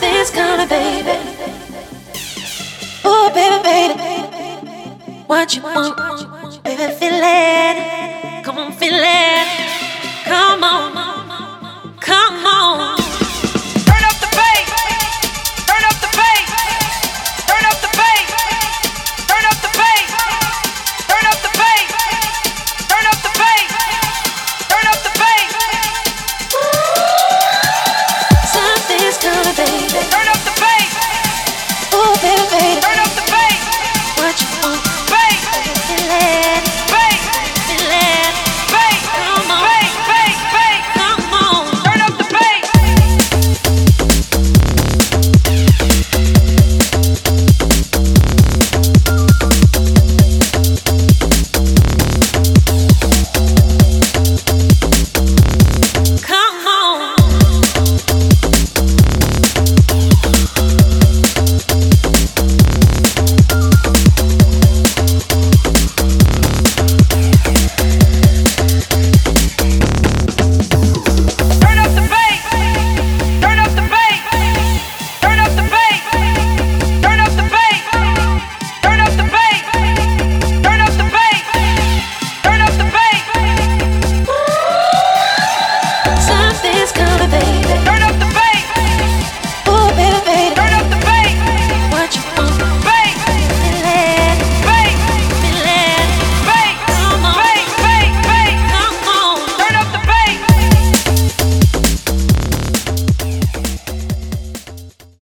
this kind of baby. Oh, baby, baby. What you want? Baby, feel it. Come on, feel it. Come on. Come on. Turn up the bass. Turn up the bass. Turn up the bass. Turn up the bass. Turn up the bass. Turn up the bass. Turn up the bass. Something's coming, baby. Oh, Turn up the Oh,